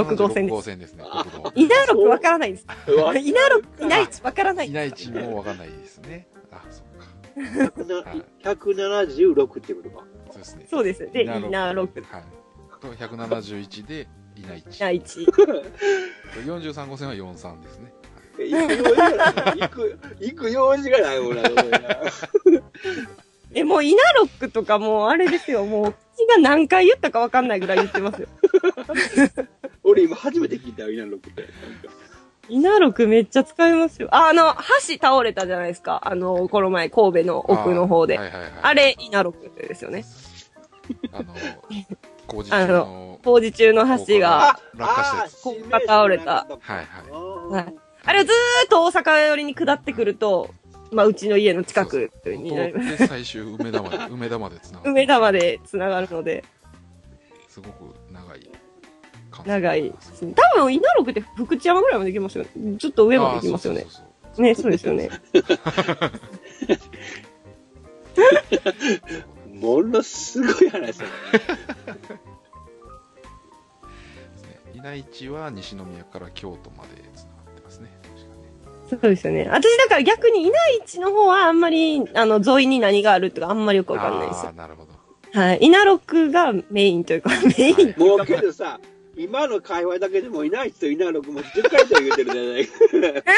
Speaker 1: 176号線で
Speaker 2: 176号
Speaker 1: す。
Speaker 2: 線ですね。国道
Speaker 1: 稲六わからないです。
Speaker 3: うわ、
Speaker 1: 稲六、稲一わからない。
Speaker 2: いないチームもわかんないですね。あ、そっか。
Speaker 3: 176ってことか。
Speaker 2: そうですね。
Speaker 1: そうです。で、
Speaker 2: 稲六
Speaker 1: 稲六、
Speaker 2: はい。と171で稲一。
Speaker 1: 稲一。
Speaker 2: 43号線は43ですね。
Speaker 3: 行く用事がない。行く、行く用事がないもんな。俺な
Speaker 1: え、もう稲六とかもうあれですよ。もう、口が何回言ったかわかんないぐらい言って ますよ。
Speaker 3: 俺今初めて聞いたよ、稲六って。
Speaker 1: 稲六めっちゃ使いますよ。ああの、橋倒れたじゃないですか。あの、この前、神戸の奥の方で。
Speaker 2: あ
Speaker 1: あ,、
Speaker 2: ーはいはいはい。
Speaker 1: れ、稲六ですよね。
Speaker 2: あ の、工事中の、
Speaker 1: 工事中の橋が。
Speaker 2: 落下したやつ
Speaker 3: あー
Speaker 1: が倒れた
Speaker 2: はいはい
Speaker 3: あー
Speaker 1: はいあれをずーっと大阪寄りに下ってくると、まあ、うちの家の近くになります。
Speaker 2: す。で最終梅田ま で、梅田まで繋がる。
Speaker 1: 梅田まで繋がるので、
Speaker 2: すごく長い感じ
Speaker 1: 長いですね。多分、稲六って福知山ぐらいまで行きますよね。ちょっと上まで行きますよね
Speaker 2: あー。そうそうそうそう
Speaker 1: ね、そうですよね。
Speaker 3: ものすごい話だね。
Speaker 2: ですね。稲市は西宮から京都まで繋がってますね。確かね。
Speaker 1: そうですよね。私、だから逆に稲市の方はあんまり、あの、沿いに何があるとかあんまりよくわかんないです
Speaker 2: あ
Speaker 1: よ
Speaker 2: ー。なるほど。
Speaker 1: はい。稲六がメインというか、メイン。
Speaker 3: もうけどさ、今の会話だけでもいない人、いないのも10回以上言うてるじゃないか。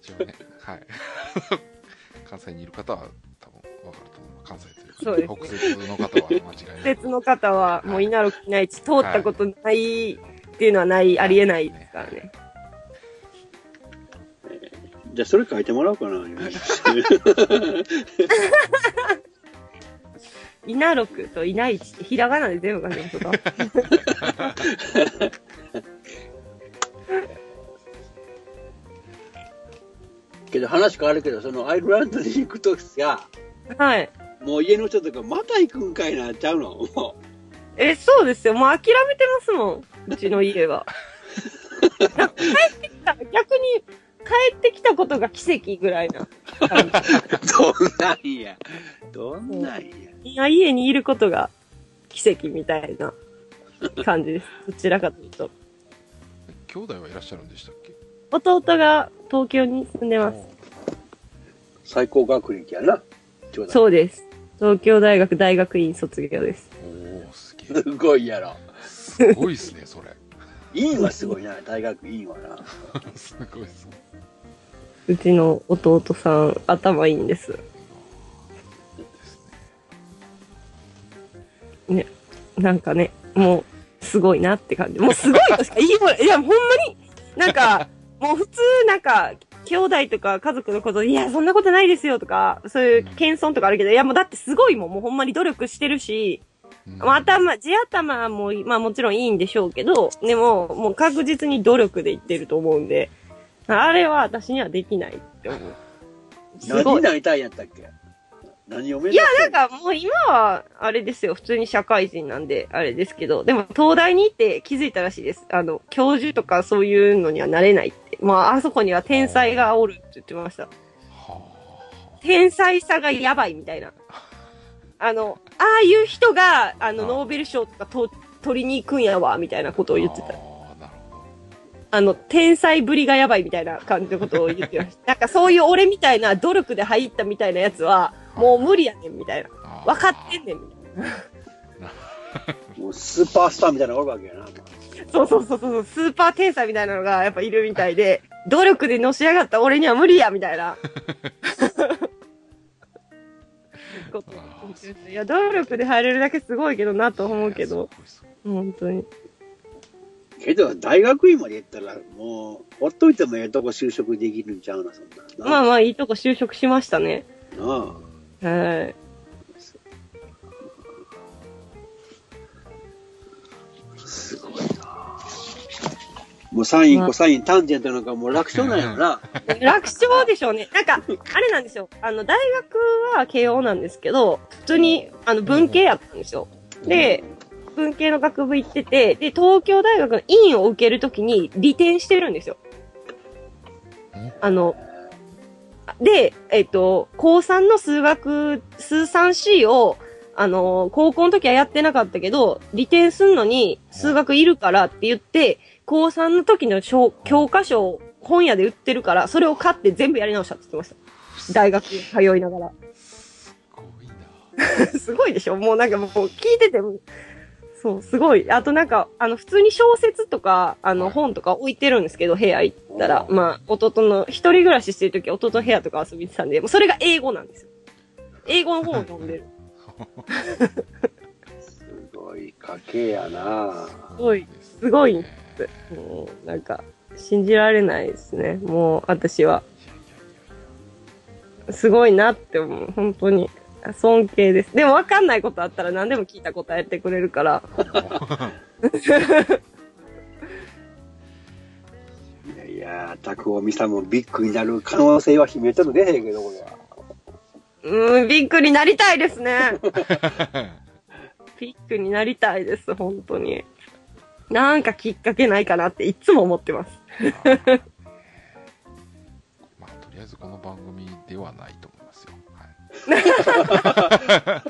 Speaker 2: 一応ね、はい。 関西にいる方は多分わかると思う。関西と
Speaker 1: そう
Speaker 2: い
Speaker 1: です
Speaker 2: うか、
Speaker 1: ね
Speaker 2: 北節の方は間違いない。
Speaker 1: 別の方は、もう稲六稲市通ったことないっていうのはない、ありえないですからね。
Speaker 3: じゃあ、それ書いてもらおうかな。
Speaker 1: 稲六と稲市ってひらがなで全部書いてますとか。
Speaker 3: けど話変わるけど、そのアイルランドに行くときさ、
Speaker 1: はい。
Speaker 3: もう家の人とか、また行くんかいなっちゃうの。も
Speaker 1: え、そうですよ。もう諦めてますもん。うちの家は。なんか帰ってきた、逆に帰ってきたことが奇跡ぐらいな。
Speaker 3: どんなんや。どんなんや。
Speaker 1: みんな家にいることが奇跡みたいな感じです。どちらかというと。
Speaker 2: 兄弟はいらっしゃるんでしたっけ
Speaker 1: 弟が東京に住んでます。
Speaker 3: 最高学歴やな。兄弟
Speaker 1: そうです。東京大学大学院卒業です。
Speaker 2: おーすげえ
Speaker 3: すごいやろ。
Speaker 2: すごいっすねそれ
Speaker 3: 院はすごいな。大学院はな。
Speaker 2: すごいっすね
Speaker 1: うちの弟さん、頭いいんです。
Speaker 2: ですね
Speaker 1: なんかね、もう、すごいなって感じ。もうすごいとしか言いようがない。いや、ほんまに、なんか、もう普通、なんか、兄弟とか家族のこと、いや、そんなことないですよとか、そういう謙遜とかあるけど、いや、もうだってすごいもん。もうほんまに努力してるし、
Speaker 2: うん
Speaker 1: まあ、頭、地頭も、まあもちろんいいんでしょうけど、でも、もう確実に努力でいってると思うんで、あれは私にはできないって思う。す
Speaker 3: 何
Speaker 1: ご
Speaker 3: に
Speaker 1: い。
Speaker 3: なりたいんやったっけ何を目
Speaker 1: い
Speaker 3: 指
Speaker 1: や
Speaker 3: し、て
Speaker 1: なん
Speaker 3: んの
Speaker 1: かもう今は、あれですよ、普通に社会人なんで、あれですけど、でも東大に行って気づいたらしいです。あの、教授とかそういうのにはなれないって。まあ、あそこには天才がおるって言ってました。
Speaker 2: は
Speaker 1: 天才さがやばいみたいな。あの、ああいう人が、あの、
Speaker 2: あ
Speaker 1: ノーベル賞とかと取りに行くんやわ、みたいなこと
Speaker 2: あ
Speaker 1: を言ってた。
Speaker 2: あーなるほ
Speaker 1: あの、天才ぶりがやばいみたいな感じのことを言ってました。 なんかそういう俺みたいな努力で入ったみたいなやつは、もう無理やねん、みたいな。
Speaker 2: どあー
Speaker 1: 分かってんねん、みたい
Speaker 3: もうスーパースターみたいなのおるわけやな。
Speaker 1: な。そうそうそうそう、スーパー天才みたいなのがやっぱいるみたいで、努力でのし上がった俺には無理や、みたい な。ことを言ってていや、努力で入れるだけすごいけどなと思うけど、
Speaker 2: いやすごいす
Speaker 1: 本当に。
Speaker 3: けど、大学院まで行ったら、もう、ほっといてもええとこ就職できるんちゃうの、そんなん
Speaker 1: ま
Speaker 3: な。
Speaker 1: あまあ、いいとこ就職しましたね。
Speaker 3: なあ
Speaker 1: はい。
Speaker 3: すごいなもうサイン、コサイン、タンジェントなんかもう楽勝なんやろな。
Speaker 1: 楽勝でしょうね。なんか、あれなんですよ。あの、大学は慶応なんですけど、普通に、あの、文系やったんですよ。で、文系の学部行ってて、で、東京大学の院を受けるときに、利点してるんですよ
Speaker 2: え。
Speaker 1: あの、で、えっと、高3の数学、数 3C を、あの、高校の時はやってなかったけど、利点すんのに数学いるからって言って、高3の時の小教科書を本屋で売ってるから、それを買って全部やり直したって言ってました。大学に通いながら。
Speaker 2: ごいな
Speaker 1: すごいでしょもうなんかもう聞いてても。そう、すごい。あとなんか、あの、普通に小説とか、あの、
Speaker 2: はい
Speaker 1: 本とか置いてるんですけど、部屋行ったら。
Speaker 2: おー
Speaker 1: まあ、弟の、一人暮らししてる時、弟の部屋とか遊びに行ってたんで、もうそれが英語なんですよ。英語の本を読んでる。
Speaker 3: すごい家系やな
Speaker 1: すごい、すごいんです。もう、なんか、信じられないですね。もう、私は。すごいなって思う。本当に。尊敬です。でも分かんないことあったら何でも聞いた答えてくれるから。
Speaker 3: いやいや、タクオミさんもビッグになる可能性は秘めてるねへんけど、これは。
Speaker 1: うーん、ビッグになりたいですね。ビッグになりたいです、本当に。なんかきっかけないかなっていつも思ってます。
Speaker 2: まあとりあえずこの番組ではないと思いますよは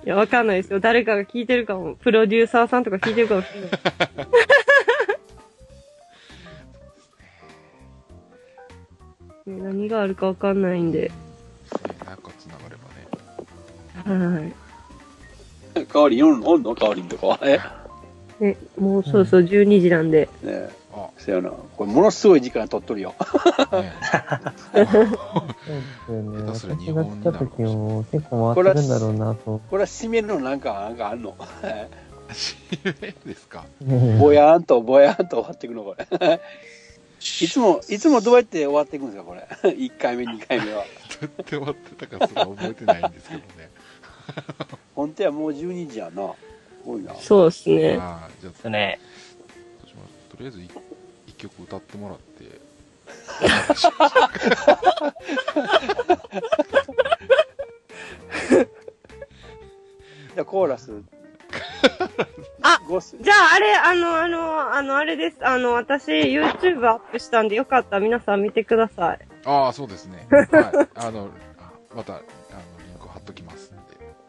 Speaker 2: い
Speaker 1: いや、わかんないですよ。誰かが聞いてるかも。プロデューサーさんとか聞いてるかもし れない。ね何があるかわかんないんで。
Speaker 2: ねなんかつながればね
Speaker 1: は
Speaker 3: 代わりおんのおんの代わりんとか。え
Speaker 1: い。ね、もうそうそう、12時なんで。
Speaker 3: ねえ
Speaker 2: あ
Speaker 3: せやな。これものすごい時間取っとるよ。
Speaker 2: ね下手すりゃ日本になるかもしれない
Speaker 5: 私来た時も結構回ってるんだろうな と。
Speaker 3: これは締めるのなんか、なんかあんの
Speaker 2: 締めですか
Speaker 3: ぼやーんと、ぼやーんと終わっていくの、これ。 いつも、いつもどうやって終わっていくんですか、これ。1回 目、2回目 は。
Speaker 2: どうやって終わってたかすら覚えてないんですけどね
Speaker 3: 本当はもう12時やな。多いな。
Speaker 1: そうですね。
Speaker 2: あーじゃあ
Speaker 4: すね。
Speaker 2: どうしますとりあえずい一曲歌ってもらって
Speaker 3: じゃあコーラス。
Speaker 1: あ
Speaker 3: ごす
Speaker 1: じゃあ、あれ、あの、あの、あの、あれです。あの、私、YouTube アップしたんで、よかったら皆さん見てください。
Speaker 2: ああ、そうですね。はい。あの、 あまた、あの、リンク貼っときますんで。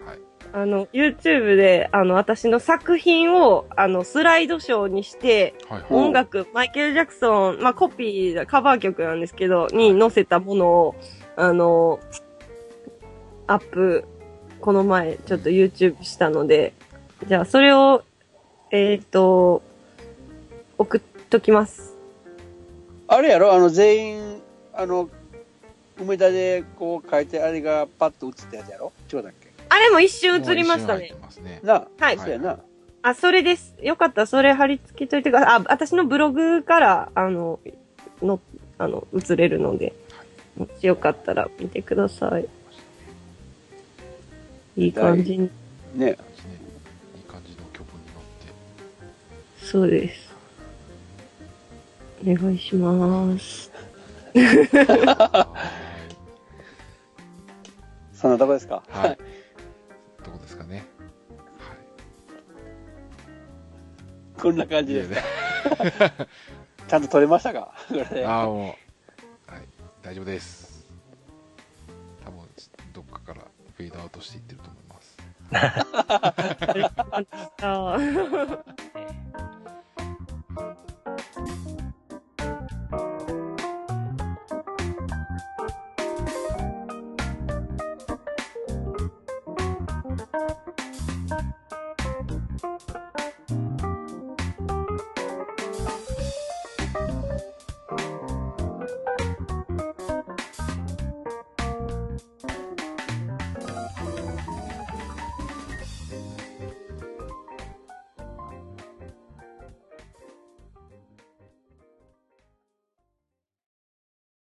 Speaker 2: はい。
Speaker 1: あの、YouTube で、あの、私の作品を、あの、スライドショーにして、
Speaker 2: はいはい。
Speaker 1: 音楽、マイケル・ジャクソン、まあ、コピー、カバー曲なんですけど、に載せたものを、あの、アップ、この前、ちょっと YouTube したので、じゃあ、それを、えっ、と、送っときます。
Speaker 6: あれやろあの、全員、あの、梅田でこう書いて、あれがパッと映ったやつやろ違うだっけ
Speaker 1: あれも一瞬映りました
Speaker 2: もう
Speaker 1: ね
Speaker 2: 一瞬入っ。てますね。
Speaker 6: なあ、
Speaker 1: はい
Speaker 6: そうやな。
Speaker 1: あ、それです。よかったらそれ貼り付けといてください。あ、私のブログから、あの、の、あの、映れるので、もしよかったら見てください。いい感じに。
Speaker 6: ね
Speaker 2: いいですねいい感じの曲になって。
Speaker 1: そうです。お願いします。
Speaker 6: そんなとこですか
Speaker 2: はい。どうですかね。は
Speaker 6: こんな感
Speaker 2: い。い
Speaker 6: じ
Speaker 2: や
Speaker 6: で。
Speaker 2: ね。
Speaker 6: ちゃんと撮れましたかこれで。
Speaker 2: ああ、もう、はい。大丈夫です。多分、どっかからフェードアウトしていってると思います。
Speaker 1: あ、じゃあ
Speaker 4: ええ